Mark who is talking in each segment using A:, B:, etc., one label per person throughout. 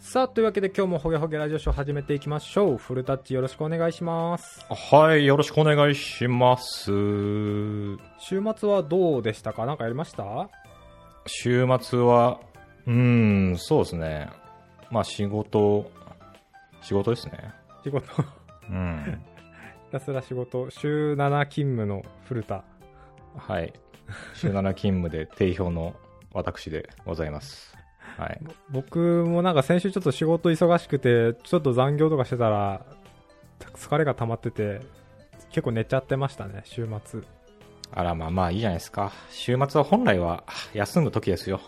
A: さあ、というわけで今日もほげほげラジオショー始めていきましょう。フルタッチよろしくお願いします。
B: はい、よろしくお願いします。
A: 週末はどうでしたかなんかやりました
B: 週末は、うーん、そうですね。まあ仕事、仕事ですね。
A: 仕事、 ひ
B: うん。
A: たすら仕事、週7勤務の古田。
B: はい。週7勤務で定評の私でございます。はい。
A: 僕もなんか先週ちょっと仕事忙しくて、ちょっと残業とかしてたら、疲れが溜まってて、結構寝ちゃってましたね、週末。
B: あら、まあまあいいじゃないですか。週末は本来は休む時ですよ。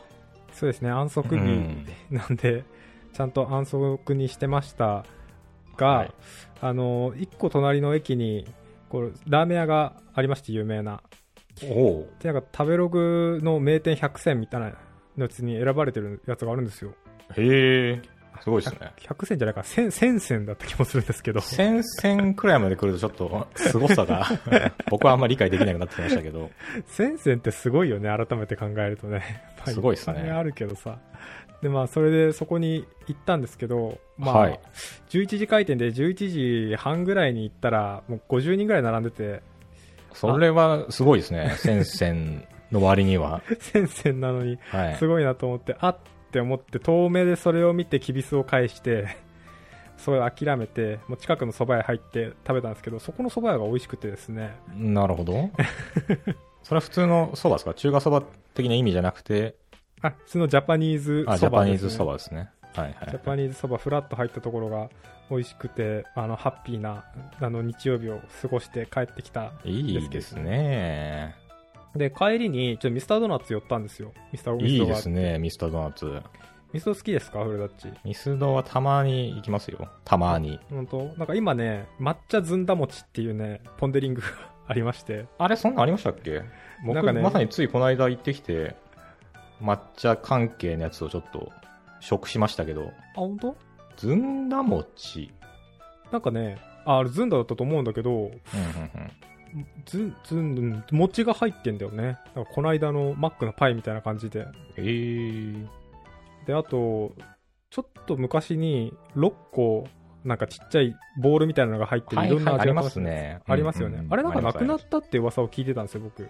A: そうですね、安息
B: う
A: 日
B: ん
A: なんで、ちゃんと安息にしてましたが、
B: はい
A: あの、一個隣の駅に、こうラーメン屋がありまして有名な。
B: おう
A: で、なんか食べログの名店100選みたいなのつに選ばれてるやつがあるんですよ。
B: へえ、すごいです ね。
A: 100選じゃないか、1000、1000選だった気もするんですけど。
B: 先々くらいまで来るとちょっと凄さが僕はあんまり理解できなくなってきましたけど
A: 先生ってすごいよね改めて考えるとねまあ
B: すごいっすね
A: っぱあるけどさでまあそれでそこに行ったんですけどまあ、
B: はい
A: 11時開店で11時半ぐらいに行ったらもう50人ぐらい並んでて
B: それはすごいですね先々の割には
A: 先生なのに
B: はい
A: すごいなと思って、あっって思って遠目でそれを見てきびすを返して それを諦めてもう近くの蕎麦屋入って食べたんですけどそこの蕎麦屋が美味しくてですね
B: なるほどそれは普通のそばですか中華そば的な意味じゃなくて
A: あ普通のジャパニーズ
B: あジ
A: 蕎
B: ャパ
A: 麦
B: ニ
A: で
B: ー
A: すね
B: ズそばですねはいは
A: ジャ
B: い
A: パニーズそばフラッと入ったところが美味しくてあのハッピーなあの日曜日を過ごして帰ってきた
B: いいですね
A: で帰りにちょっとミスタードーナツ寄ったんですよミスターミス
B: い
A: ド
B: い
A: が
B: ですねミスタードーナツ
A: ミスド好きですかフルダッチ
B: ミスドはたまに行きますよたまに
A: 本当なんか今ね抹茶ずんだ餅っていうねポンデリングがありまして
B: あれ、そんなんありましたっけ僕、
A: なんかね
B: まさについこの間行ってきて、抹茶関係のやつをちょっと食しましたけど、
A: あ本当
B: ずんだ餅。
A: なんかねああれずんだだったと思うんだけど
B: うんうんうん
A: ずんずんうん餅が入ってんだよねなんかこの間のマックのパイみたいな感じで
B: えー、
A: であとちょっと昔に6個なんかちっちゃいボールみたいなのが入ってる
B: はいい
A: ろんな
B: はい、あ
A: 味が
B: りま
A: 楽し
B: す
A: める
B: ね。
A: ありますよ
B: う
A: ね
B: うう
A: あれなんかなくなっ
B: あります
A: たって噂を聞いてたんですよ僕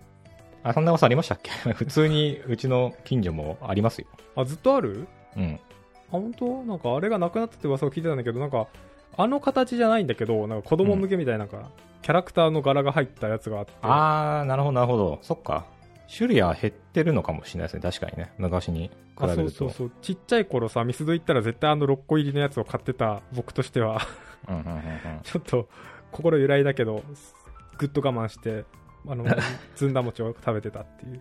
B: あ、そんな噂ありましたっけ 普通にうちの近所もありますよ。
A: あずっとある
B: うん。
A: あ本当なんかあれがなくなったって噂を聞いてたんだけどなんかあの形じゃないんだけどなんか子供向けみたいななんかキャラクターの柄が入ったやつがあって
B: あー、なるほど、なるほど。そっか。種類は減ってるのかもしれないですね。確かにね。昔に比
A: あ
B: べると。
A: そうそうそうちっちゃい頃さミスド行ったら絶対あの6個入りのやつを買ってた僕としては
B: うんうんうんうん
A: ちょっと心揺らいだけど、ぐっと我慢して、あ の、ずんだ餅を食べてたっていう。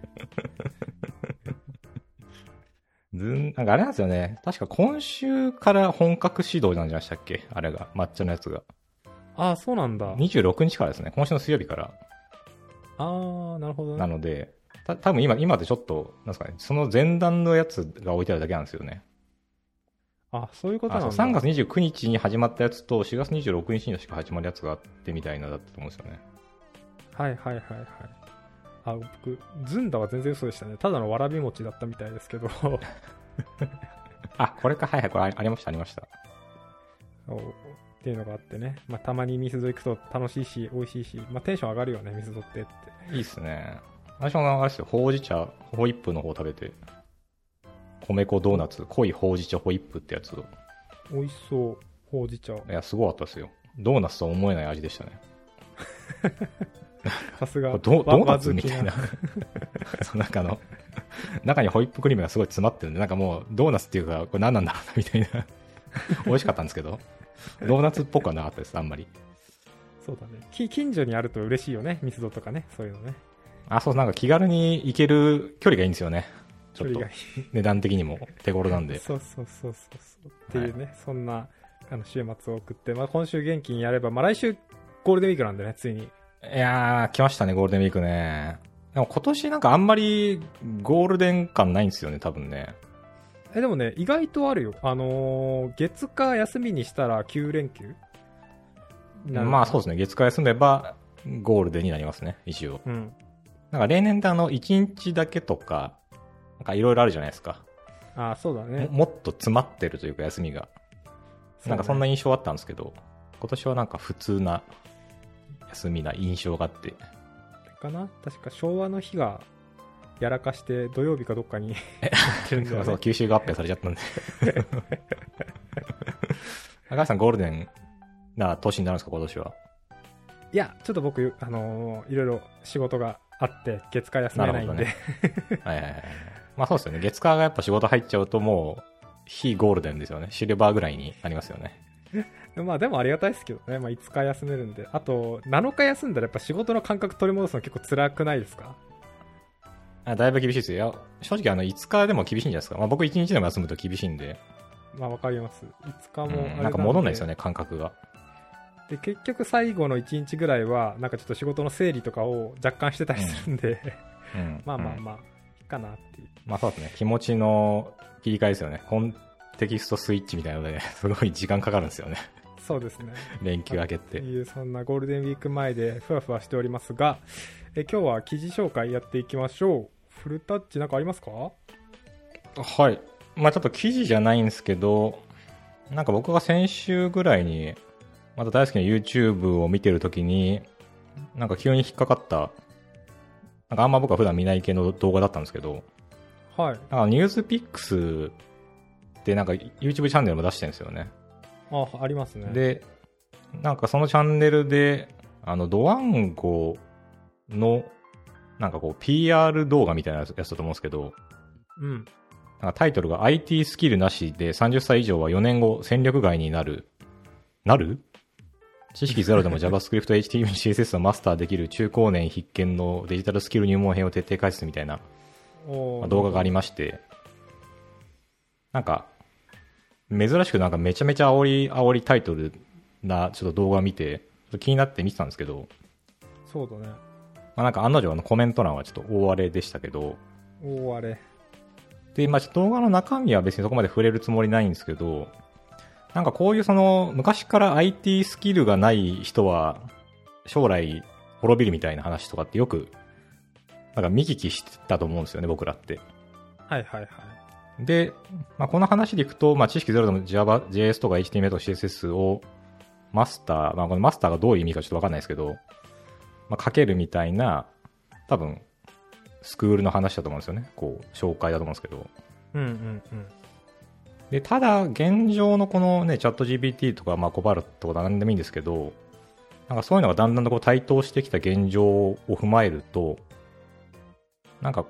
B: ずん、なんかあれなんですよね。確か今週から本格始動なんじゃないでしたっけあれが、抹茶のやつが。
A: ああ、そうなんだ。
B: 26日からですね。今週の水曜日から。
A: ああ、なるほど
B: な
A: ね。
B: ので、た多分今、今でちょっと、なんですかね、その前段のやつが置いてあるだけなんですよね。
A: あそういうこと
B: あ
A: な
B: そ
A: ん
B: う
A: だ。
B: 3月29日に始まったやつと、4月26日にしか始まるやつがあってみたいなだったと思うんですよね。
A: はいはいはいはい。あ、僕、ずんだは全然嘘でしたね。ただのわらび餅だったみたいですけど。
B: あ、これか、はいはい、これあありました、ありました。
A: そうっていうのがあってね。まあ、たまにミスド行くと楽しいし、美味しいし、まあ、テンション上がるよね、ミスドってって。
B: いいっすね。私もあれですよ、ほうじ茶、ホイップの方食べて、米粉ドーナツ、濃いほうじ茶ホイップってやつを。
A: 美味しそう、ほうじ茶。
B: いや、すごかったですよ。ドーナツとは思えない味でしたね。
A: さすが、
B: これド
A: わ
B: ドーナツみたい
A: わ
B: な。 その中の、中にホイップクリームがすごい詰まってるんで、なんかもうドーナツっていうか、これ何なんだろうなみたいな。美味しかったんですけど、ドーナツっぽくはなかったです、あんまり。
A: そうだね。き近所にあると嬉しいよね、ミスドとかね、そういうのね。
B: あ、そう、なんか気軽に行ける距離がいいんですよね。ち
A: 距
B: ょ
A: 離
B: っと
A: がいい。
B: 値段的にも手頃なんで。
A: そうそうそうそうそう。っていうね、そんなあの週末を送って、まあ、今週元気にやれば、まあ、来週ゴールデンウィークなんでね、ついに。
B: いやー、来ましたね、ゴールデンウィークね。でも今年なんかあんまりゴールデン感ないんですよね、多分ね。
A: え、でもね、意外とあるよ。あのー月火休みにしたら9連休
B: まあそう
A: う。
B: ですね、月火休めばゴールデンになりますね、一応。
A: うん。
B: なんか例年ってあの、1日だけとか、なんかいろいろあるじゃないですか。
A: あああ、そうだね。
B: もっと詰まってるというか、休みが。なんかそんな印象あったんですけど、今年はなんか普通な休みな印象があって、
A: かな確か昭和の日がやらかして土曜日かどっかにてるんだよね
B: そう吸収が合併されちゃったんで。 高橋さん、ゴールデンな年になるんですか、今年は。
A: いやちょっと僕あのーいろいろ仕事があって月火休めないんで、
B: なるはいはいはいはい。まあそうですよね。月火がやっぱ仕事入っちゃうと、もう、非ゴールデンですよね。シルバーぐらいになりますよね。
A: まあでもありがたいですけどね、まあ、5日休めるんであと7日休んだらやっぱ仕事の感覚取り戻すの結構辛くないですか
B: あだいぶ厳しいですよ。いや正直、あの、5日でも厳しいんじゃないですか。まあ僕1日でも休むと厳しいんで、
A: まあわかります5日
B: う
A: もあれ
B: ん、なんか戻んないですよ
A: ね
B: ね、感覚が。
A: で結局最後の1日ぐらいはなんかちょっと仕事の整理とかを若干してたりするんで、
B: うん、
A: まあまあ
B: うん
A: まあ、いいかなっていう
B: まあそうですね。気持ちの切り替えですよね。コンテキストスイッチみたいなので、 すごい時間かかるんですよね。
A: そうですね
B: 連休明けっ
A: って
B: て。
A: いうそんなゴールデンウィーク前でふわふわしておりますがえ今日は記事紹介やっていきましょうフルタッチなんかありますか
B: はい。まあちょっと記事じゃないんですけど、なんか僕が先週ぐらいに、また大好きな YouTube を見てるときに、なんか急に引っかかった、なんかあんま僕は普段見ない系の動画だったんですけど、
A: はい
B: なんかニュースピックスってなんか YouTube チャンネルも出してるんですよね。
A: あありますね
B: で、なんかそのチャンネルで、あの、ドワンゴの、なんかこう、PR 動画みたいなやつやつだと思うんですけど、
A: うん
B: なんかタイトルが IT スキルなしで30歳以上は4年後戦力外になる。なる知識ゼロでも JavaScript、HTML、CSS をマスターできる中高年必見のデジタルスキル入門編を徹底解説みたいな
A: お
B: ま
A: ー
B: あ動画がありまして、なんか、珍しくなんかめちゃめちゃ煽り、煽りタイトルなちょっと動画を見て、ちょっと気になって見てたんですけど、
A: そうだね
B: まあ、なんか案の定あのコメント欄はちょっと大荒れでしたけど、
A: 大荒れ
B: で、まあちょっと動画の中身は別にそこまで触れるつもりないんですけど、なんかこういうその昔から IT スキルがない人は将来滅びるみたいな話とかってよくなんか見聞きしてたと思うんですよね、僕らって。
A: はいはいはい
B: で、まあ、この話でいくと、まあ、知識ゼロでも Java、JS とか HTML とか CSS をマスター、まあ、このマスターがどういう意味かちょっとわかんないですけど、まあ、書けるみたいな、多分、スクールの話だと思うんですよね。こう、紹介だと思うんですけど。
A: うんうんうん
B: で、ただ、現状のこのね、チャット GPT とか、まあ、コバルトとか何でもいいんですけど、なんかそういうのがだんだんとこう台頭してきた現状を踏まえると、なんか、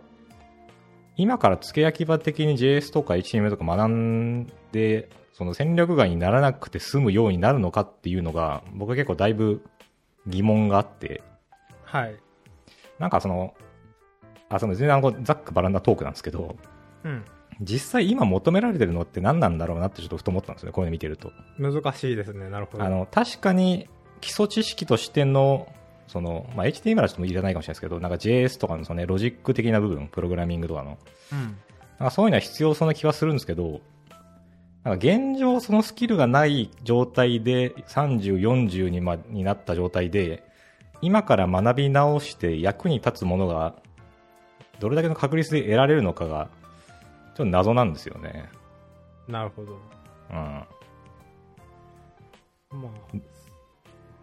B: 今から付け焼き場的に JS とか HTML とか学んで、その戦力外にならなくて済むようになるのかっていうのが、僕は結構だいぶ疑問があって、
A: はい
B: なんかその、あ、その全然あの、ざっくばらんなトークなんですけど、
A: うん
B: 実際今求められてるのって何なんだろうなってちょっとふと思ったんですよね、こういうの見てると。
A: 難しいですねなるほど
B: あの確かに基礎知識としてのその、まあ、HTML はちょっといらないかもしれないですけどなんか JS とかのその、ね、ロジック的な部分プログラミングとかの
A: うん
B: なんかそういうのは必要そうな気はするんですけどなんか現状そのスキルがない状態で3040に,、ま、になった状態で今から学び直して役に立つものがどれだけの確率で得られるのかがちょっと謎なんですよね。
A: なるほど
B: うん
A: まあ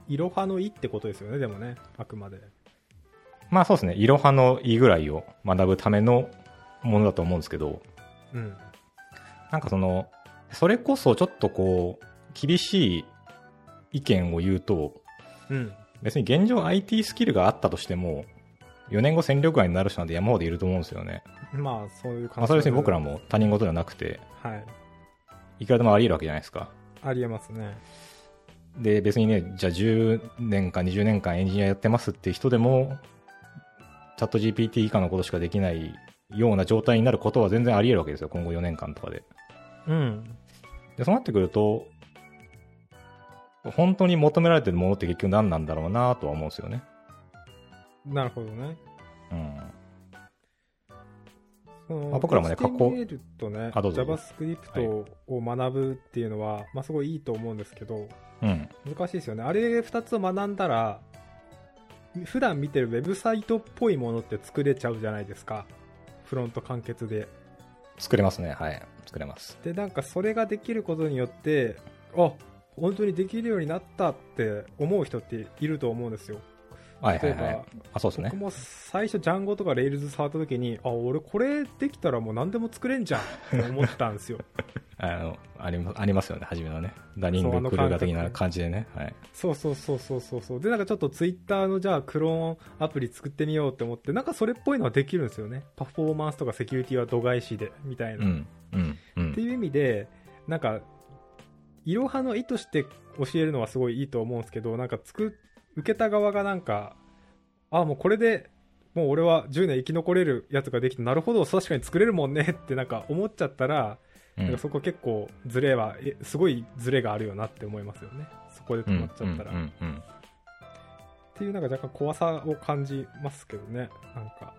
A: いろはの「い」ってことですよねでもねあくまで
B: まあそうですね、いろはのいぐらいを学ぶためのものだと思うんですけど、
A: うん
B: なんかその、それこそちょっとこう、厳しい意見を言うと、
A: うん
B: 別に現状 IT スキルがあったとしても、4年後戦力外になる人なんて山ほどいると思うんですよね。
A: まあそういう
B: ま
A: 感
B: あ
A: じ
B: それは別に僕らも他人事ではなくて、
A: はい
B: いくらでもあり得るわけじゃないですか。
A: ありえますね
B: で、別にね、じゃあ10年か20年間エンジニアやってますって人でも、チャット GPT 以下のことしかできないような状態になることは全然あり得るわけですよ。今後4年間とかで。
A: うん
B: で、そうなってくると、本当に求められてるものって結局何なんだろうなとは思うんですよね。
A: なるほどね
B: うん。
A: その
B: まあ僕らもね過去
A: HTML とね
B: あどうぞ
A: JavaScript を学ぶっていうのは、まあ、すごいいいと思うんですけど
B: うん。
A: 難しいですよねあれ2つを学んだら普段見てるウェブサイトっぽいものって作れちゃうじゃないですかフロント完結で
B: 作れますね。はい。作れます。
A: でなんかそれができることによってあ本当にできるようになったって思う人っていると思うんですよ
B: はいは
A: 例え
B: い
A: ば、
B: はい。あ、そうですね
A: 僕。も最初ジャンゴとかレールズ触った時にあ俺これできたらもう何でも作れんじゃんって思ったんですよ
B: あの、ありますありますよね。初めのね。ダニン
A: そうあの
B: グ・クルーガ
A: 感
B: ー
A: 覚
B: 的
A: ね
B: な感じでね。はい。
A: そうそうそうそうそうそうでなんかちょっとツイッターのじゃあクローンアプリ作ってみようって思ってなんかそれっぽいのはできるんですよねパフォーマンスとかセキュリティは度外視でみたいな、
B: う
A: っ
B: ん。うん。う
A: て
B: ん。
A: いう意味でなんかいろはの意として教えるのはすごいいいと思うんですけどなんかつく受けた側がなんかあもうこれでもう俺は10年生き残れるやつができてなるほど確かに作れるもんねってなんか思っちゃったら
B: う
A: なん
B: ん
A: かそこ結構ズレはえすごいズレがあるよなって思いますよねそこで止まっちゃったら、
B: うんう
A: っ
B: んうんうん
A: ていうなんか若干怖さを感じますけどねなんか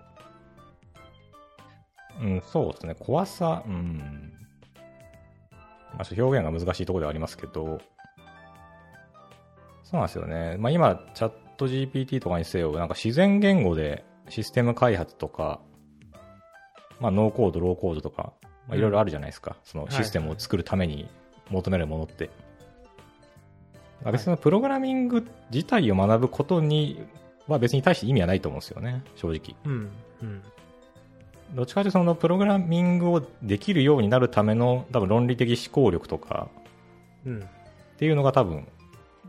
B: うん、そうですね、怖さ、うん。まあ、ちょっと表現が難しいところではありますけど、そうなんですよね。まあ、今、チャット GPT とかにせよ、なんか自然言語でシステム開発とか、まあ、ノーコード、ローコードとか、まあ、いろいろあるじゃないですか。そのシステムを作るために求めるものって。まあ別にそのプログラミング自体を学ぶことには別に対して意味はないと思うんですよね、正直。
A: うんうん
B: どっちかというとそのプログラミングをできるようになるための多分論理的思考力とか
A: うん
B: っていうのが多分、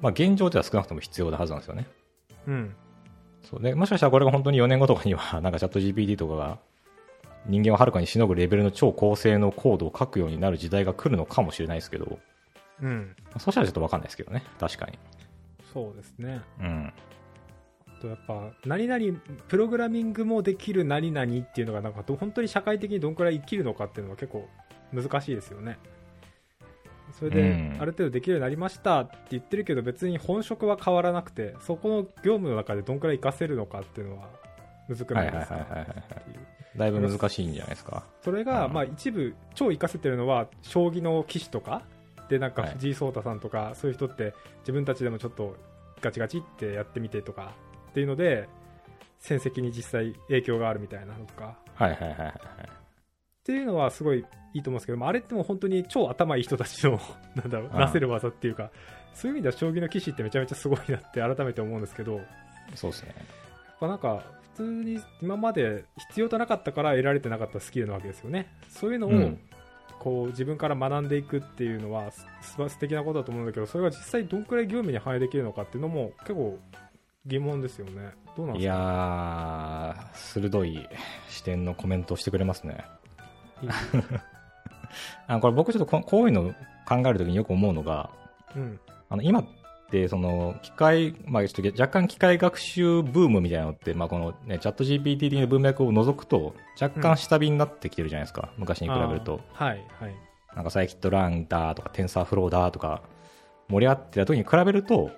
B: まあ、現状では少なくとも必要なはずなんですよね。
A: うん
B: そうでもしかしたらこれが本当に4年後とかには なんかチャット GPT とかが人間をはるかにしのぐレベルの超高性能コードを書くようになる時代が来るのかもしれないですけど、ま
A: うん
B: あそうしたらちょっとわかんないですけどね、確かに。
A: そうですね
B: うん。
A: あとやっぱ何々プログラミングもできる何々っていうのがなんかど本当に社会的にどんくらい生きるのかっていうのは結構難しいですよねそれで、
B: うん
A: ある程度できるようになりましたって言ってるけど別に本職は変わらなくてそこの業務の中でどんくらい活かせるのかっていうのは難くないですか
B: はいはいはいはいはい
A: っていう
B: だいぶ難しいんじゃないですか。
A: それが、
B: うん
A: まあ一部超活かせてるのは将棋の棋士とかでなんか
B: はい
A: 藤井聡太さんとか、そういう人って自分たちでもちょっとガチガチってやってみてとかっていうので戦績に実際影響があるみたいなのとかっ
B: はいはいはいはいはい。
A: ていうのはすごいいいと思うんですけど、まあ、あれってもう本当に超頭いい人たちの なんだろう
B: うん
A: なせる技っていうかそういう意味では将棋の棋士ってめちゃめちゃすごいなって改めて思うんですけど、
B: そうですね。
A: まあ、なんか普通に今まで必要となかったから得られてなかったスキルなわけですよねそういうのを
B: うん
A: こう自分から学んでいくっていうのはす素素敵なことだと思うんだけどそれが実際どんくらい業務に反映できるのかっていうのも結構疑問ですよねどうなん
B: い
A: ですか
B: やー、鋭い視点のコメントをしてくれますね。 あこれ僕ちょっとここういうのを考えるときによく思うのが、
A: うん
B: あの今ってその機械、まあ、ちょっと若干機械学習ブームみたいなのって、まあ、この、ね、チャット GPT 的な文脈を除くと若干下火になってきてるじゃないですか、昔に比べると
A: あーはいはい
B: なんかサイキットランだとかテンサーフローだとか盛り上がってた時に比べると、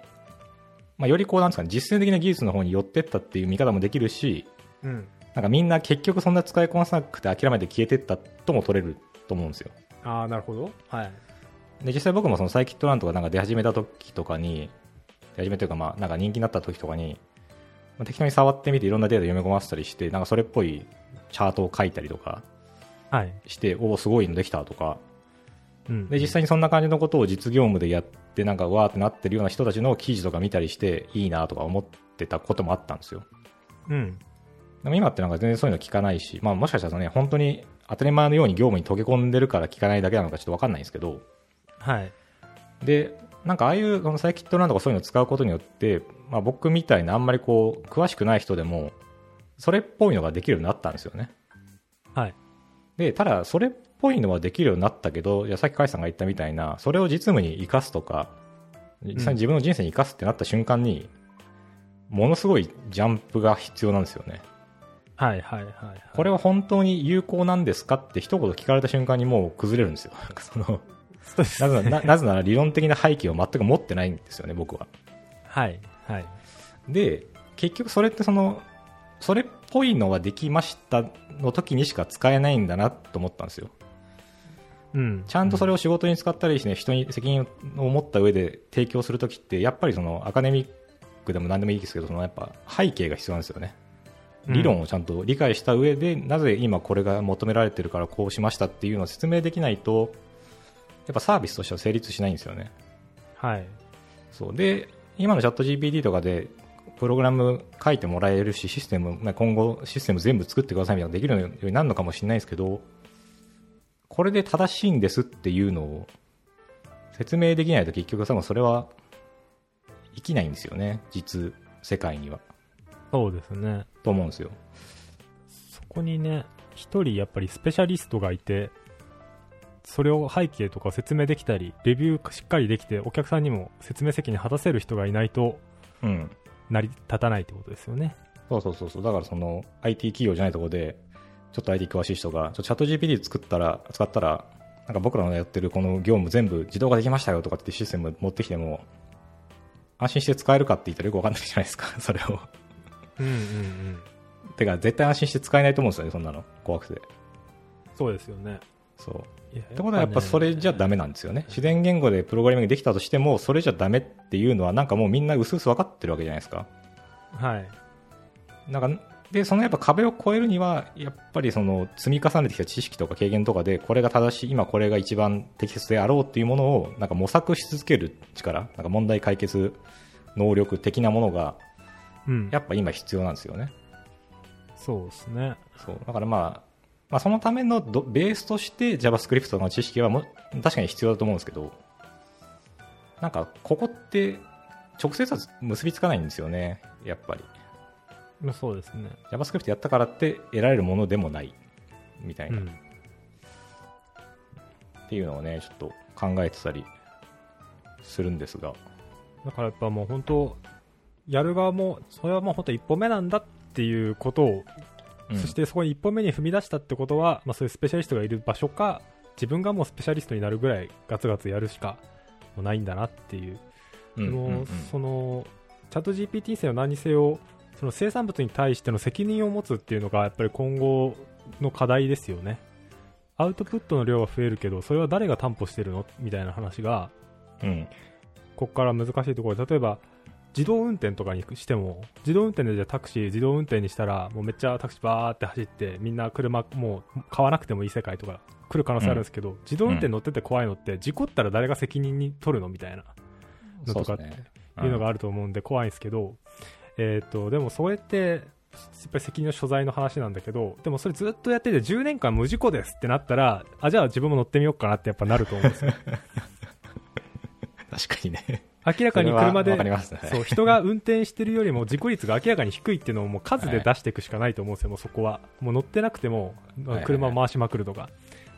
B: まあ、よりこうなんですかね実践的な技術の方に寄ってったっていう見方もできるし
A: うん
B: なんかみんな結局そんな使いこなさなくて諦めて消えてったとも取れると思うんですよ
A: ああなるほどはい
B: で実際僕もそのサイキットランとかなんか出始めた時とかに出始めというかまあなんか人気になった時とかに、まあ、適当に触ってみていろんなデータ読み込ませたりしてなんかそれっぽいチャートを書いたりとか
A: はい
B: しておおすごいのできたとか
A: うん
B: で実際にそんな感じのことを実業務でやってなんかわーってなってるような人たちの記事とか見たりしていいなとか思ってたこともあったんですよ
A: うん
B: でも今ってなんか全然そういうの聞かないし、まあ、もしかしたらね本当に当たり前のように業務に溶け込んでるから聞かないだけなのかちょっと分かんないんですけど、
A: はい
B: でなんかああいうこのサイキットランとかそういうのを使うことによって、まあ、僕みたいなあんまりこう詳しくない人でもそれっぽいのができるようになったんですよね
A: はい
B: でただそれっぽいのはできるようになったけどいやさっき甲斐さんが言ったみたいなそれを実務に生かすとか実際に自分の人生に生かすってなった瞬間に、ものすごいジャンプが必要なんですよね
A: はいはいはい
B: これは本当に有効なんですかって一言聞かれた瞬間にもう崩れるんですよそのなぜならなぜなら理論的な背景を全く持ってないんですよね僕は
A: はいはい
B: で結局それってそのそれっぽいのはできましたの時にしか使えないんだなと思ったんですよ
A: うん
B: ちゃんとそれを仕事に使ったりして、ね、人に責任を持った上で提供する時ってやっぱりそのアカデミックでも何でもいいですけどそのやっぱ背景が必要なんですよね
A: うん
B: 理論をちゃんと理解した上で、なぜ今これが求められてるからこうしましたっていうのを説明できないとやっぱサービスとしては成立しないんですよね
A: はい。
B: そうで今のチャット GPT とかでプログラム書いてもらえるしシステム、ね、今後システム全部作ってくださいみたいなのができるようになるのかもしれないですけどこれで正しいんですっていうのを説明できないと結局多分それは生きないんですよね実世界には
C: そうですね。
B: と思うんですよ
C: そこにね、一人やっぱりスペシャリストがいて、それを背景とか説明できたり、レビューしっかりできて、お客さんにも説明責任果たせる人がいないと
B: うん
C: 成り立たないってことですよね。
B: そうそうそうそうだからその IT 企業じゃないところでちょっと IT 詳しい人がちょっとチャット GPT 作ったら使ったらなんか僕らのやってるこの業務全部自動化できましたよとかってシステム持ってきても安心して使えるかって言ったらよくわかんないじゃないですか それを
C: うんうんうん。
B: てか絶対安心して使えないと思うんですよねそんなの怖くて
C: そうですよね。
B: そう
C: いや
B: ってことはやっぱそれじゃダメなんですよね自然言語でプログラミングできたとしてもそれじゃダメっていうのはなんかもうみんな薄々分かってるわけじゃないですか
C: はい。
B: なんかでそのやっぱ壁を越えるにはやっぱりその積み重ねてきた知識とか経験とかでこれが正しい今これが一番適切であろうっていうものをなんか模索し続ける力なんか問題解決能力的なものが
C: うん。
B: やっぱ今必要なんですよね
C: そうですね。
B: そうだからまあ、まあ、そのためのどベースとして JavaScript の知識はも確かに必要だと思うんですけどなんかここって直接は結びつかないんですよねやっぱり
C: まあそうですね。
B: JavaScript やったからって得られるものでもないみたいうな、
C: ん。
B: っていうのをねちょっと考えてたりするんですが
C: だからやっぱ
A: まあもう本当、やる側も、それはもう本当一歩目なんだっていうことを、そしてそこに一歩目に踏み出したってことは、まあそういうスペシャリストがいる場所か、自分がもうスペシャリストになるぐらいガツガツやるしかもうないんだなっていう。
B: うん
A: でも、
B: うんうんうん
A: そのチャット GPT にせよ何にせよその生産物に対しての責任を持つっていうのがやっぱり今後の課題ですよねアウトプットの量は増えるけどそれは誰が担保してるのみたいな話が
B: うん
A: ここから難しいところで例えば自動運転とかにしても自動運転でじゃあタクシー自動運転にしたらもうめっちゃタクシーバーって走ってみんな車もう買わなくてもいい世界とか来る可能性あるんですけど、自動運転乗ってて怖いのって事故ったら誰が責任に取るのみたいなのとかって
B: そうですね
A: いうのがあると思うんで怖いんですけど、えー、とでもそれってやっぱり責任の所在の話なんだけどでもそれずっとやってて10年間無事故ですってなったらあじゃあ自分も乗ってみようかなってやっぱなると思うんです よ
B: 確かにね
A: 明らかに車
B: それはわかり
A: で
B: ますね
A: そう人が運転してるよりも事故率が明らかに低いっていうのをもう数で出していくしかないと思うんですよ、もうそこはもう乗ってなくても
B: はいはい
A: 車を回しまくるとか。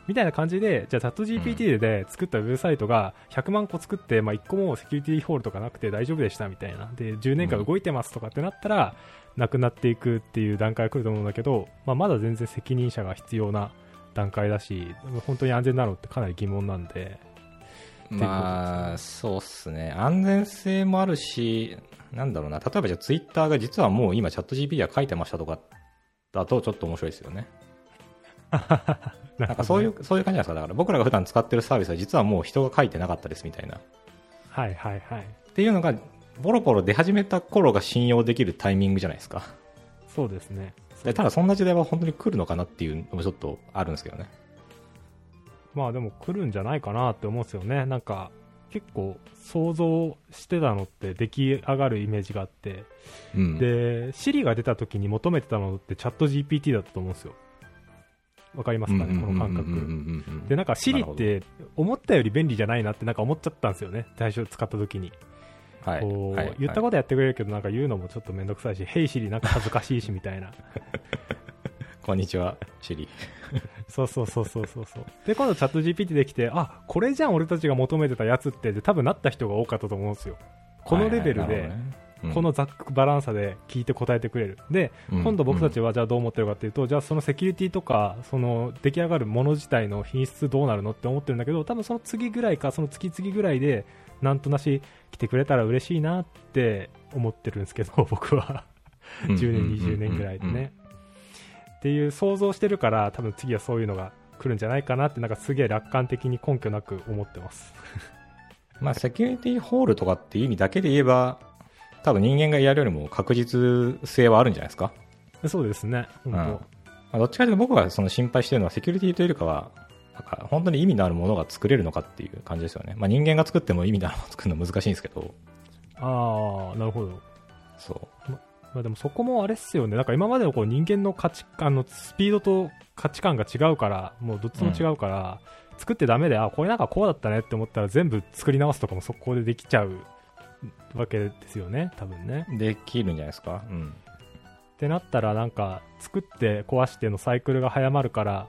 A: みたいな感じで、じゃあ、チャット GPT で作ったウェブサイトが100万個作って、まあ、1個もセキュリティホールとかなくて大丈夫でしたみたいな、で10年間動いてますとかってなったら、なくなっていくっていう段階が来ると思うんだけど、まあ、まだ全然責任者が必要な段階だし、本当に安全なのってかなり疑問なんで、、
B: まあそうっすね安全性もあるしなんだろうな例えばじゃあツイッターが実はもう今チャット GPT は書いてましたとかだとちょっと面白いですよねなんかそういううそういう感じなんですかだから僕らが普段使ってるサービスは実はもう人が書いてなかったですみたいな
A: はいはいはい、
B: っていうのがボロボロ出始めた頃が信用できるタイミングじゃないですか
A: そうですね。
B: でただそんな時代は本当に来るのかなっていうのもちょっとあるんですけどね。
A: まあでも来るんじゃないかなって思うんですよね。なんか結構想像してたのって出来上がるイメージがあって、
B: うん、
A: で、Siri が出た時に求めてたのってチャット GPT だったと思うんですよ。わかりま
B: う
A: す
B: んう
A: か
B: んうん
A: ね、
B: う
A: この
B: んうんうんうん、
A: 感覚。で、なんか
B: な
A: Siri
B: るほ
A: っ
B: ど
A: て思ったより便利じゃないなってなんか思っちゃったんですよね。最初使った時に。
B: はい
A: こう、
B: はい
A: 言ったことやってくれるけどなんか言うのもちょっとめんどくさいし、ヘイ Siri なんか恥ずかしいしみたいな。
B: こんにちは、シリ。
A: そうそうそうそうそうそう。で、今度チャット GPT できて、あ、これじゃん俺たちが求めてたやつって、で多分なった人が多かったと思うんですよ。このレベル
B: はいはい
A: で
B: なる、ほどね
A: このざっくばらんさで聞いて答えてくれる。で、今度僕たち
B: は、
A: はじゃあどう思ってるかっていうと、じゃあそのセキュリティとか、その出来上がるもの自体の品質どうなるのって思ってるんだけど、多分その次ぐらいか、その次々ぐらいで、なんとなし来てくれたら嬉しいなって思ってるんですけど、僕は。10年、20年ぐらいでね。っていう想像してるから、多分次はそういうのが来るんじゃないかなって、なんかすげえ楽観的に根拠なく思ってます。
B: まあ、セキュリティホールとかっていう意味だけで言えば、多分人間がやるよりも確実性はあるんじゃないですか。
A: そうですね、本
B: まあどっちかというと僕がその心配してるのはセキュリティというよりかは、なんか本当に意味のあるものが作れるのかっていう感じですよね。まあ人間が作っても意味のあるものを作るの難しいんですけど、
A: 当。ああ、なるほど。
B: そう。
A: まあでもそこもあれっすよね。なんか今までのこう人間の価値観のスピードと価値観が違うから、もうどっちも違うから、作ってダメで、あ、これなんかこうだったねって思ったら全部作り直すとかも速攻でできちゃうわけですよね、多分ね。
B: できるんじゃないですかうん。
A: ってなったらなんか作って壊してのサイクルが早まるから、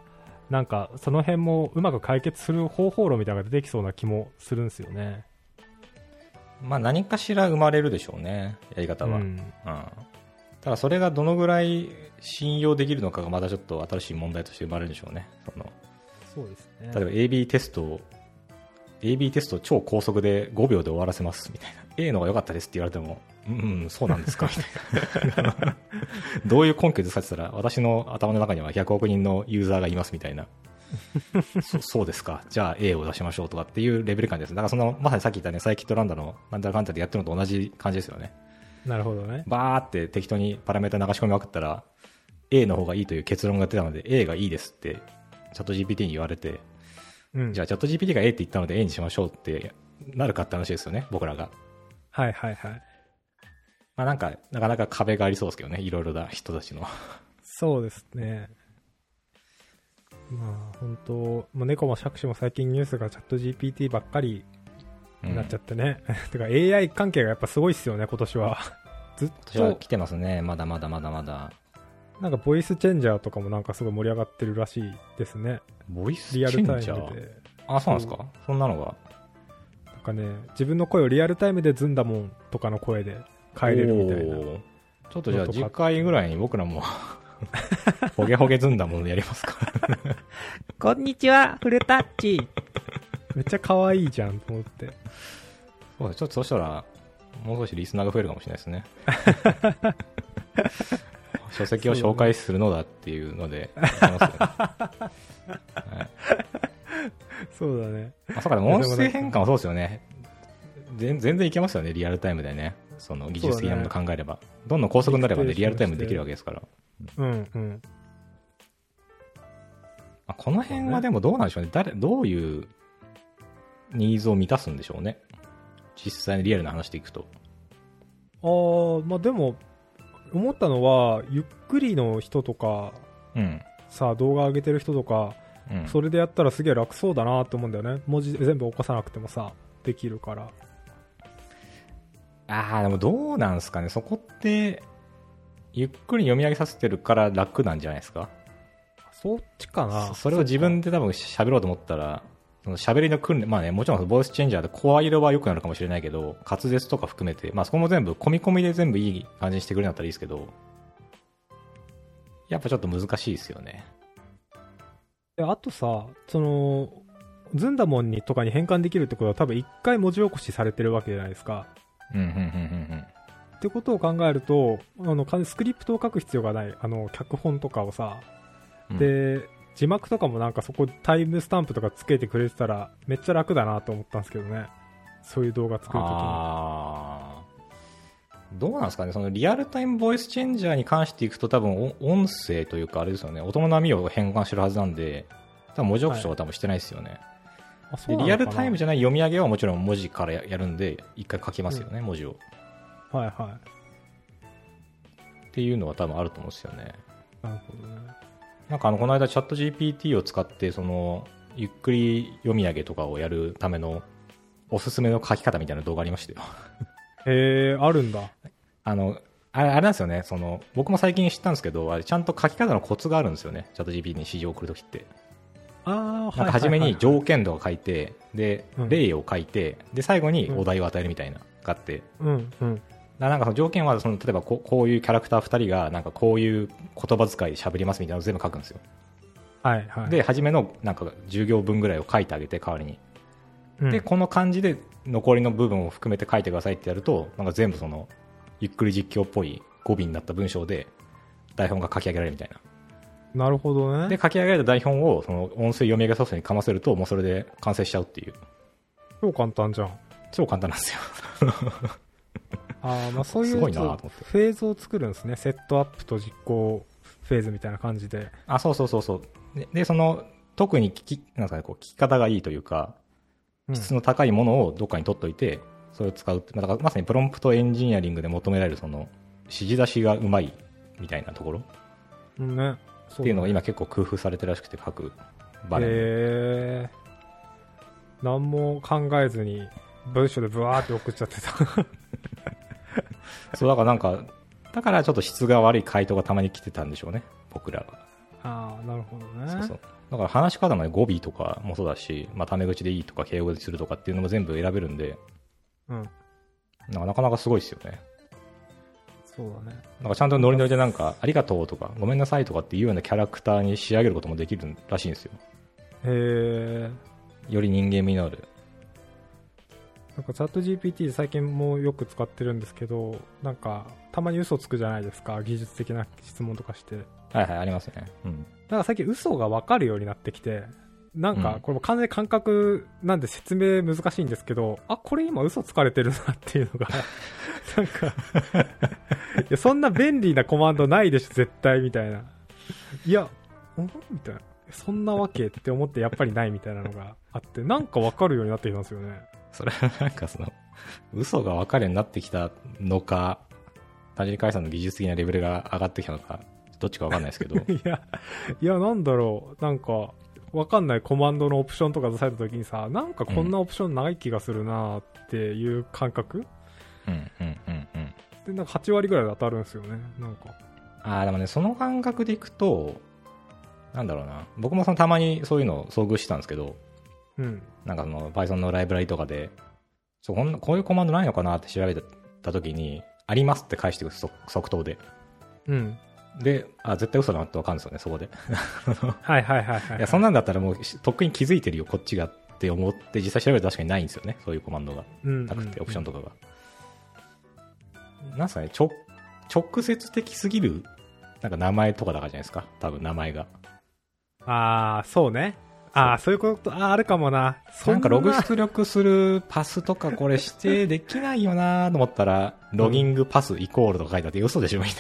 A: なんかその辺もうまく解決する方法論みたいなのが出てきそうな気もするんですよね。
B: まあ何かしら生まれるでしょうね、やり方は。
A: う
B: うん。
A: ん
B: ただそれがどのぐらい信用できるのかがまたちょっと新しい問題として生まれるでしょうね。その
A: そうですね。
B: 例えば AB テストを AB テストを超高速で5秒で終わらせますみたいな A の方が良かったですって言われてもうん、うん、そうなんですかみたいなどういう根拠でさってたら私の頭の中には100億人のユーザーがいますみたいなそそうですかじゃあ A を出しましょうとかっていうレベル感ですだからそのまさにさっき言ったねサイキットランダのなんだかんだでやってるのと同じ感じですよね
A: なるほどね。
B: バーって適当にパラメータ流し込みまくったら、A の方がいいという結論が出たので、A がいいですって、チャット GPT に言われて、
A: うん。
B: じゃあチャット GPT が A って言ったので A にしましょうってなるかって話ですよね、僕らが。
A: はいはいはい。
B: まあなんか、なかなか壁がありそうですけどね、いろいろな人たちの。
A: そうですね。まあ本当、もう猫も杓子も最近ニュースがチャット GPT ばっかりになっちゃ
B: っ
A: ってね。 てか AI 関係がやっぱすごいっすよね、今年は。ずっ
B: 私は
A: と、
B: 来てますね、まだまだまだまだ。
A: なんかボイスチェンジャーとかもなんかすごい盛り上がってるらしいですね。
B: ボイスチ
A: リア
B: ェ
A: ルタ
B: ン
A: イ
B: ジャ
A: ム
B: ー。
A: で。
B: あ、そうなんですかそんなのが。
A: なんかね、自分の声をリアルタイムでズンダモンとかの声で変えれるみたいな
B: お。ー。ちょっとじゃあ次回ぐらいに僕らも、 ほげほげずんだものやりますか。
D: こんにちは、フルタッチ。
A: めっちゃ可愛いじゃんと思って。
B: そうだちょっとそしたら、もう少しリスナーが増えるかもしれないです ね。書籍を紹介するのだっていう ので、やってますよねはい
A: そうだね。
B: あそうか、でも音声変換はそうですよね。全全然いけますよね、リアルタイムでね。その技術的なものを考えれば。どんどん高速になればね、
A: リク
B: リ
A: エ
B: ア
A: ーション
B: ルタイムできるわけですから。
A: うんうん。
B: あこの辺はでもどうなんでしょうね。誰、どういうニーズを満たすんでしょうね。実際にリアルな話でいくと。
A: あー、まあでも、思ったのは、ゆっくりの人とか、
B: うん。
A: さあ動画上げてる人とか、
B: うん。
A: それでやったらすげえ楽そうだなと思うんだよね。文字全部起こさなくてもさ、できるから。
B: ああ、でもどうなんすかね、そこって、ゆっくり読み上げさせてるから楽なんじゃないですか。
A: そっちかな。
B: そそれを自分で多分喋ろうと思ったら、その喋りの訓練、まあね、もちろんボイスチェンジャーで声色は良くなるかもしれないけど、滑舌とか含めて、まあそこも全部、込み込みで全部いい感じにしてくれるんだったらいいですけど、やっぱちょっと難しいですよね。
A: であとさ、その、ズンダモンにとかに変換できるってことは多分一回文字起こしされてるわけじゃないですか。
B: うん、うん、うん、うん
A: ってことを考えると、あの、完全にスクリプトを書く必要がない。あの、脚本とかをさ、
B: うん。うん、
A: で、字幕とかもなんかそこタイムスタンプとかつけてくれてたらめっちゃ楽だなと思ったんですけどね。そういう動画作るときに。
B: あーどうなんですかね、そのリアルタイムボイスチェンジャーに関していくと、多分お音声というか、あれですよね、音の波を変換してるはずなんで、多分文字起こしは多分してないですよね、
A: あ、そうな
B: で
A: のか
B: リア
A: な
B: ルタイムじゃない読み上げはもちろん文字からややるんで、一回書きますよね、文字を。
A: はいはい。
B: っていうのは多分あると思うんですよね。
A: なるほどね。
B: なんかあのこの間、チャット GPT を使って、そのゆっくり読み上げとかをやるためのおすすめの書き方みたいな動画ありましたよ。
A: へえ、あるんだ。
B: あの、あれあれなんですよね、その、僕も最近知ったんですけど、あれちゃんと書き方のコツがあるんですよね、チャット GPT に指示を送るときって。
A: ああ、
B: なんか初めに条件とか書いて、で
A: う、ん
B: 例を書いて、で、最後に
A: うん
B: お題を与えるみたいな、があって。
A: うんうん。
B: だなんかその条件はその、例えばこうこういうキャラクター2人が、なんかこういう言葉遣いで喋りますみたいなのを全部書くんですよ。
A: はいはい。
B: で、初めのなんか10行分ぐらいを書いてあげて、代わりに。
A: うん、
B: で、この感じで残りの部分を含めて書いてくださいってやると、なんか全部その、ゆっくり実況っぽい語尾になった文章で、台本が書き上げられるみたいな。
A: なるほど
B: で、
A: ね。
B: 書き上げられた台本を、その、音声読み上げソフトにかませると、もうそれで完成しちゃうっていう。
A: 超簡単じゃん。
B: 超簡単なんですよ。
A: ああ、まあそういう
B: すごいなと思って
A: フェーズを作るんですね。セットアップと実行フェーズみたいな感じで。
B: あ、そうそうそうそう。で、でその、特に聞き、なんですかね、こう、聞き方がいいというか、
A: うん
B: 質の高いものをどっかに取っといて、それを使うって、まあだからまさにプロンプトエンジニアリングで求められる、その、指示出しがうまいみたいなところっ
A: うんね。そ
B: ていうのが今結構工夫されてるらしくて、各場面で。
A: へえ何も考えずに文章でブワーって送っちゃ ってた
B: そう、だからなんか、だからちょっと質が悪い回答がたまに来てたんでしょうね、僕らが。
A: ああなるほどね
B: そうそう。だから話し方のね語尾とかもそうだし、まあ、タメ口でいいとか、敬語でするとかっていうのも全部選べるんで、
A: うん
B: なんかなかなかすごいですよね。
A: そうだね
B: なんかちゃんとノリノリでなんか、ありがとうとか、ごめんなさいとかっていうようなキャラクターに仕上げることもできるらしいんですよ。
A: へえ
B: より人間味のある。
A: なんかチャット GPT 最近もよく使ってるんですけどなんかたまに嘘つくじゃないですか技術的な質問とかしてだ
B: はいはい、ありますね。うん。
A: から最近嘘が分かるようになってきてなん
B: う
A: か
B: ん
A: これも完全に感覚なんで説明難しいんですけど、あこれ今嘘つかれてるなっていうの がなんかいや、そんな便利なコマンドないでしょ、絶対、みたいな。いや、んみたいな。そんなわけって思って、やっぱりないみたいなのがあって、なんかわかるようになってきたんですよね。
B: それはなんかその、嘘が分かるようになってきたのか、単純に解散の技術的なレベルが上がってきたのか、どっちか分かんないですけ ど、
A: いや、いや、なんだろう、なんか、わかんないコマンドのオプションとか出された時にさ、なんかこんなオプションない気がするなっていう感覚
B: うんうんうんうん。
A: で、なんか8割ぐらいで当たるんですよね、なんか。
B: ああ、でもね、その感覚でいくと、なんだろうな。僕もそのたまにそういうのを遭遇してたんですけど、
A: うん。
B: なんかその Python のライブラリとかで、そうこんなこういうコマンドないのかなって調べた時に、ありますって返してくる、即即答で。
A: うん。
B: で、あ、絶対嘘だなってわかるんですよね、そこで。
A: はいはいはいはい。
B: いや、そんなんだったらもう、しとっくに気づいてるよ、こっちがって思って、実際調べると確かにないんですよね、そういうコマンドが。
A: うん
B: なくて、オプション
A: と。
B: とかが。なんすかね、ちょ直接的すぎる、なんか名前とかだからじゃないですか、多分名前が。
A: ああ、そうね。ああ、そういうこと、あーあるかもな。そ
B: なんかログ出力するパスとかこれ指定できないよなと思ったら、ロギングパスイコールとか書いてあって嘘でしょみた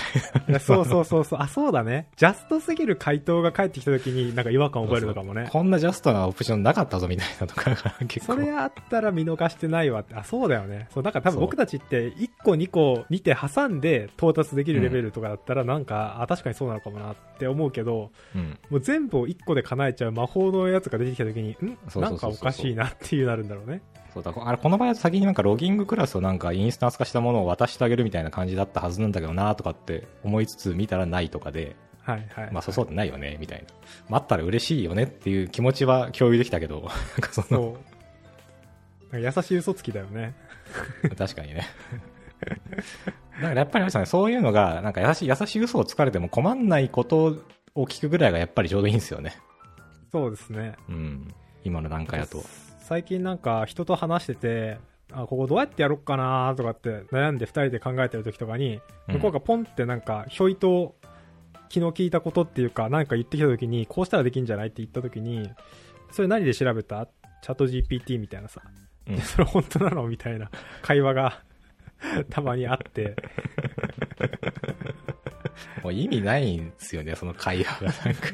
B: い
A: いやそうそうそうそう。あ、そうだね。ジャストすぎる回答が返ってきた時に、なんか違和感を覚えるのかも
B: な。
A: ね。
B: こんなジャストなオプションなかったぞみたいなとかが結
A: そ
B: 構。
A: れあったら見逃してないわって。あ、そうだよね。そう、だから多分
B: そう
A: 僕たちって、1個2個見て挟んで到達できるレベルとかだったら、なんか、あ、確かにそうなのかもなって思うけど、
B: うん。
A: もう全部を1個で叶えちゃう魔法のやつが出てきた時に、ん
B: そうそうそうそう
A: なんかおかしいなっていうなるんだろうね。
B: そうだ、あれこの場合は先になんかロギングクラスをなんかインスタンス化したものを渡してあげるみたいな感じだったはずなんだけどなとかって思いつつ見たらないとかで、
A: はいはい。
B: まあそうそうってないよねみたいな。待ったら嬉しいよねっていう気持ちは共有できたけど、 なんかその
A: そう。なんか優しい嘘つきだよね。
B: 確かにね。 だからやっぱりあれですよね、そういうのが、なんか優しい、優しい嘘をつかれても困んないことを聞くぐらいがやっぱりちょうどいいんですよね。
A: そうですね。
B: うん。今の段階だと。
A: 最近なんか人と話しててあここどうやってやろっかなとかって悩んで2人で考えてる時とかに、
B: うん
A: 向こうがポンってなんかひょいと昨日聞いたことっていうか何か言ってきた時にこうしたらできんじゃないって言った時にそれ何で調べたチャット GPT みたいなさ、
B: うん
A: でそれ本当なのみたいな 会話がたまにあって
B: もう意味ないんですよね、その会話が。なんか、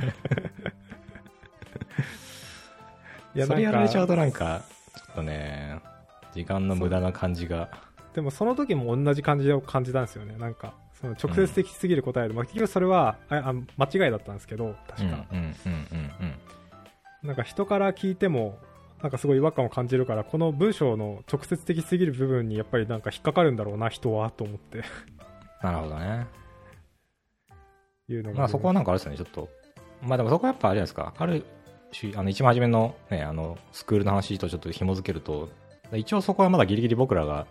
A: いや
B: それ
A: な
B: や
A: ん
B: ら
A: か
B: れちゃうとなんか、ちょっとね、時間の無駄な感じが。
A: でもその時も同じ感じを感じたんですよねなんかその直接的すぎる答えで、まあ結局それはああ間違いだったんですけど確か、
B: うん、うん、うん、うん。
A: なんか人から聞いても、なんかすごい違和感を感じるから、この文章の直接的すぎる部分にやっぱりなんか引っかかるんだろうな、人は、と思って。
B: なるほどね。
A: いうのが。
B: まあそこはなんかあれですよね、ちょっと。まあでもそこはやっぱあれじゃないですか。ある種、あの一番初めのね、あの、スクールの話とちょっと紐づけると、一応そこはまだギリギリ僕らが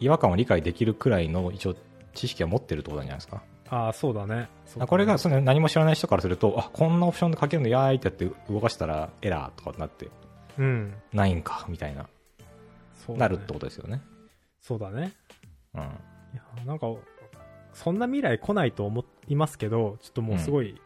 B: 違和感を理解できるくらいの一応知識は持ってるってことなんじゃないですか。
A: ああ、そうだね。そうだね
B: これが、その何も知らない人からすると、あ、こんなオプションで書けるのやーいってやって動かしたらエラーとかになって、
A: うん。
B: ないんか、みたいな、
A: そう
B: な
A: だね
B: るってことですよね。
A: そうだね。
B: うん。
A: いや、なんか、そんな未来来ないと思いますけど、ちょっともうすごい、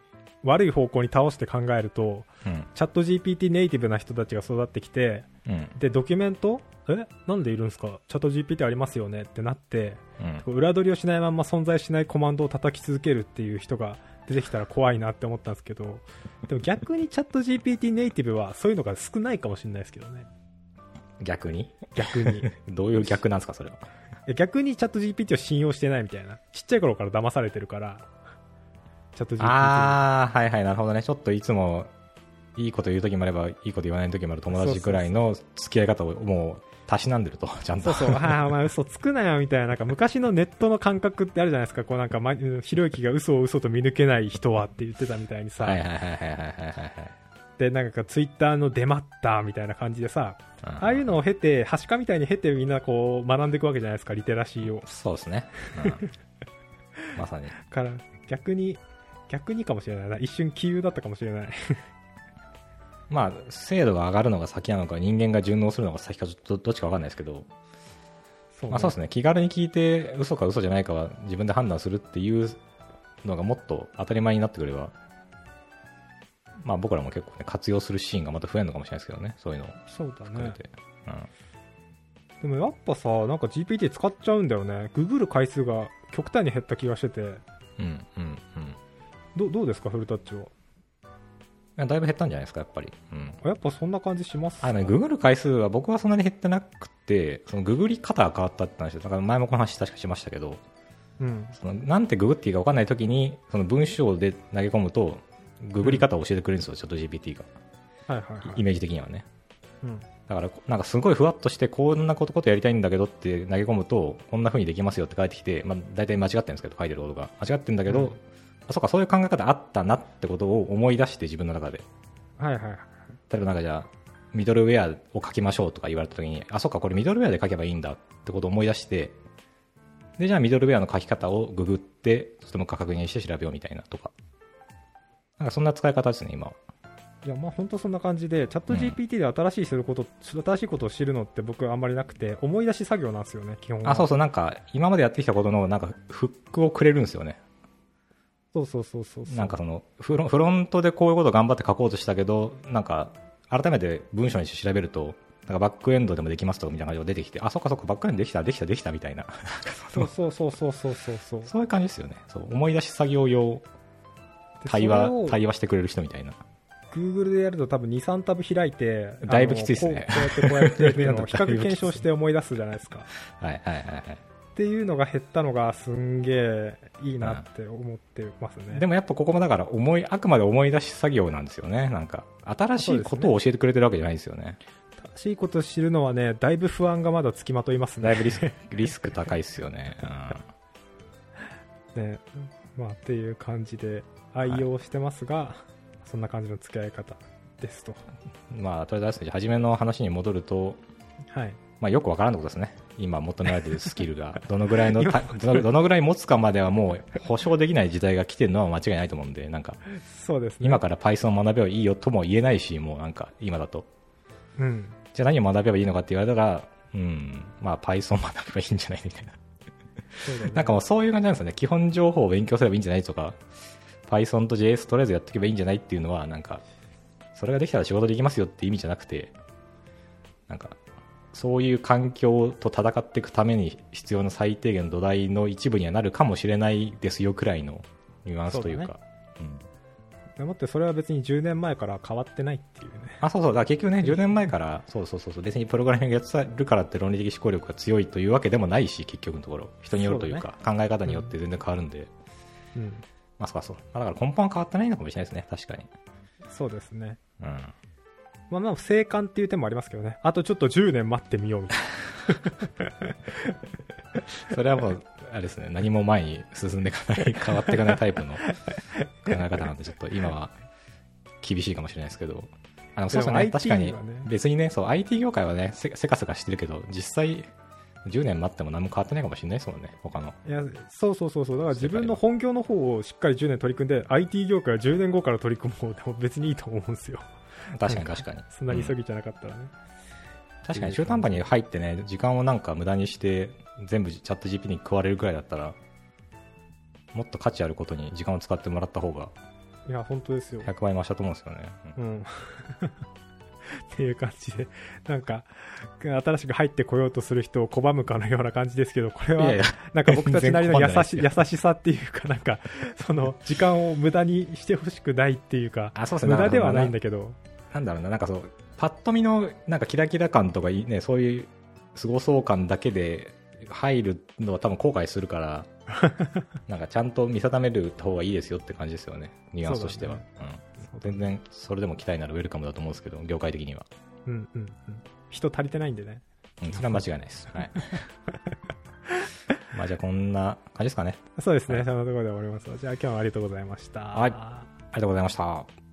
A: 悪い方向に倒して考えると、
B: うん。
A: チャット GPT ネイティブな人たちが育ってきて、
B: うん。
A: で、ドキュメントえなんでいるんですかチャット GPT ありますよねってなって、
B: うん
A: こう裏取りをしないまんま存在しないコマンドを叩き続けるっていう人が出てきたら怖いなって思ったんですけど、でも逆にチャット GPT ネイティブはそういうのが少ないかもしれないですけどね。
B: 逆に
A: 逆に。
B: どういう逆なんですか、それは。
A: いや逆にチャット GPT を信用してないみたいな。ちっちゃい頃から騙されてるから、チャット GPT に。
B: ああ、はいはい、なるほどね。ちょっといつも、いいこと言うときもあれば、いいこと言わないときもある友達ぐらいの付き合い方をもう、たしなんでると、ちゃん
A: そ
B: と。
A: うそう、ああ、お前嘘つくなよ、みたいな、なんか昔のネットの感覚ってあるじゃないですか、こうなんか、ま、うんひろゆきが嘘を嘘と見抜けない人はって言ってたみたいにさ、
B: はいはいはいはいはいはいはい。
A: で、なんかツイッターの出まったみたいな感じでさ、ああいうのを経て、はしかみたいに経てみんなこう学んでいくわけじゃないですか、リテラシーを。
B: そうです ね。うんまさに。
A: から、逆に、逆にかもしれないな。一瞬杞憂だったかもしれない。
B: まあ、精度が上がるのが先なのか、人間が順応するのが先か、ちょっとどっちかわかんないですけど、
A: そ
B: まあそうですね、気軽に聞いて、嘘か嘘じゃないかは自分で判断するっていうのがもっと当たり前になってくれば、まあ僕らも結構ね、活用するシーンがまた増えるのかもしれないですけどね、そういうのを
A: そうだ
B: 含め
A: ね。
B: て。うん
A: でもやっぱさ、なんか GPT 使っちゃうんだよね。ググる回数が極端に減った気がしてて、
B: うんうんうん
A: どどうですか、フルタッチは。
B: いやだいぶ減ったんじゃないですか、やっぱり。うん。
A: あやっぱそんな感じします
B: あのね、ググる回数は僕はそんなに減ってなくて、そのググり方が変わったって話で、だから前もこの話確かしましたけど、
A: うん。
B: そのなんてググっていいか分かんないときにその文章で投げ込むとググり方を教えてくれるんですよ、ちょっと GPT が
A: はいはいはい
B: イ。メージ的にはね
A: うん
B: だからこなんかすごいふわっとしてこんなことことやりたいんだけどって投げ込むとこんな風にできますよって返ってきて、まあ、大体間違ってるんですけど書いてることが間違ってるんだけど、
A: うん
B: あそうかそういう考え方あったなってことを思い出して自分の中で
A: はいはいはい。
B: 例えばなんかじゃあミドルウェアを書きましょうとか言われた時にあそうかこれミドルウェアで書けばいいんだってことを思い出してでじゃあミドルウェアの書き方をググってとてもう一回確認して調べようみたいなとかなんかそんな使い方ですね今はい
A: やまあ本当そんな感じで、チャット GPT で新しいすること、新しいことを知るのって僕あんまりなくて、思い出し作業なんですよね、基本は。
B: あそうそうなんか今までやってきたことのなんかフックをくれるんですよね
A: そうそうそうそうそう。
B: なんかそのフロンフロントでこういうことを頑張って書こうとしたけどなんか改めて文章にして調べるとなんかバックエンドでもできますとかみたいな感じが出てきてあそっかそっかバックエンドできたできたできたみたいな
A: そうそうそうそうそうそうそう。
B: そういう感じですよね。そう思い出し作業用
A: で
B: 対
A: それ
B: 話
A: を
B: 対話してくれる人みたいな。
A: Google でやると多分2、3タブ開いて、
B: だいぶきついっすね
A: あのこうこうやってこうやって あの
B: だいぶき
A: 比較検
B: つい
A: 証して思い出すじゃないですか。っ
B: はいはいはいはい。
A: ていうのが減ったのがすんげえいいなって思ってますね。
B: でもやっぱここもだから思いあくまで思い出し作業なんですよね。なんか新しいことを教えてくれてるわけじゃないですよね。
A: 正しいことを知るのはね、だいぶ不安がまだつきまといます
B: だ
A: ね。
B: いぶリスクリスク高いですよね。うん
A: ねまあ、っていう感じで愛用してますが、そんな感じの付き合い方ですと。
B: まあとりあえず初めの話に戻ると。
A: はい。
B: まあよくわからんってことですね。今求められてるスキルが、どのぐらいのた、どのどのぐらい持つかまではもう保証できない時代が来てるのは間違いないと思うんで、なんか、
A: そうですね。
B: 今から Python を学べばいいよとも言えないし、もうなんか、今だと。
A: うん。
B: じゃあ何を学べばいいのかって言われたら、うん、まあ Python を学べばいいんじゃないみたいな。
A: そうだね。
B: なんかもうそういう感じなんですよね。基本情報を勉強すればいいんじゃないとか、Python と JS とりあえずやっておけばいいんじゃないっていうのは、なんか、それができたら仕事できますよって意味じゃなくて、なんか、そういう環境と戦っていくために必要な最低限の土台の一部にはなるかもしれないですよくらいのニュアンスという
A: そ
B: か。うん
A: でもってそれは別に10年前から変わってないっていうね。
B: あそうそう、だから結局ね、10年前から、そうそうそうそう、別にプログラミングやってるからって論理的思考力が強いというわけでもないし、結局のところ、人によるというか、考え方によって全然変わるんで、
A: うん。
B: まあそうかそう、まあだから根本は変わってないのかもしれないですね、確かに。
A: そうですね。
B: うん、
A: まあまあ、生還っていう点もありますけどね。あとちょっと10年待ってみようみたい
B: それはもう、あれですね、何も前に進んでいかない、変わっていかないタイ プの考え方なんで、ちょっと今は厳しいかもしれないですけど、あのそうです
A: で
B: ね、
A: も
B: 確かに
A: IT はね、
B: 別にね、そう、IT 業界はね、せせかせかしてるけど、実際、10年待っても何も変わってないかもしれないですもんね、他の。
A: な。いや、そうそうそうそう。だから自分の本業の方をしっかり10年取り組んで、IT 業界は10年後から取り組もうでも別にいいと思うんですよ。
B: 確かに確かに。
A: そんなに急ぎじゃなかったらね。
B: 確かに中途半端に入ってね、時間をなんか無駄にして、全部チャット GP に食われるくらいだったら、もっと価値あることに時間を使ってもらった方が
A: いや、本当ですよ。
B: 100倍増したと思うんですよね。う ん
A: うん。っっていう感じで、なんか、新しく入ってこようとする人を拒むかのような感じですけど、これ
B: いや
A: はい
B: や、
A: なんか僕たちなりの優し
B: 全
A: 優しさっていうか、なんか、その、時間を無駄にしてほしくないっていうか、
B: あ、そうですね。
A: 無駄ではないんだ
B: け
A: けど、
B: ど。なんだろうな、なんかそう、パッと見の、なんかキラキラ感とかいいね、そういう、凄そう感だけで入るのは多分後悔する から、なんかちゃんと見定める方がいいですよって感じですよね。ニュアンスとしては。
A: そう
B: うん全然、それでも期待ならウェルカムだと思うんですけど、業界的には。
A: うんうんうん。人足りてないんでね。
B: うん、それは間違いないです。 はい。まあじゃあこんな感じですかね。
A: そうですね、
B: はい
A: そんなところで終わります。じゃあ今日はありがとうございました。
B: はいありがとうございました。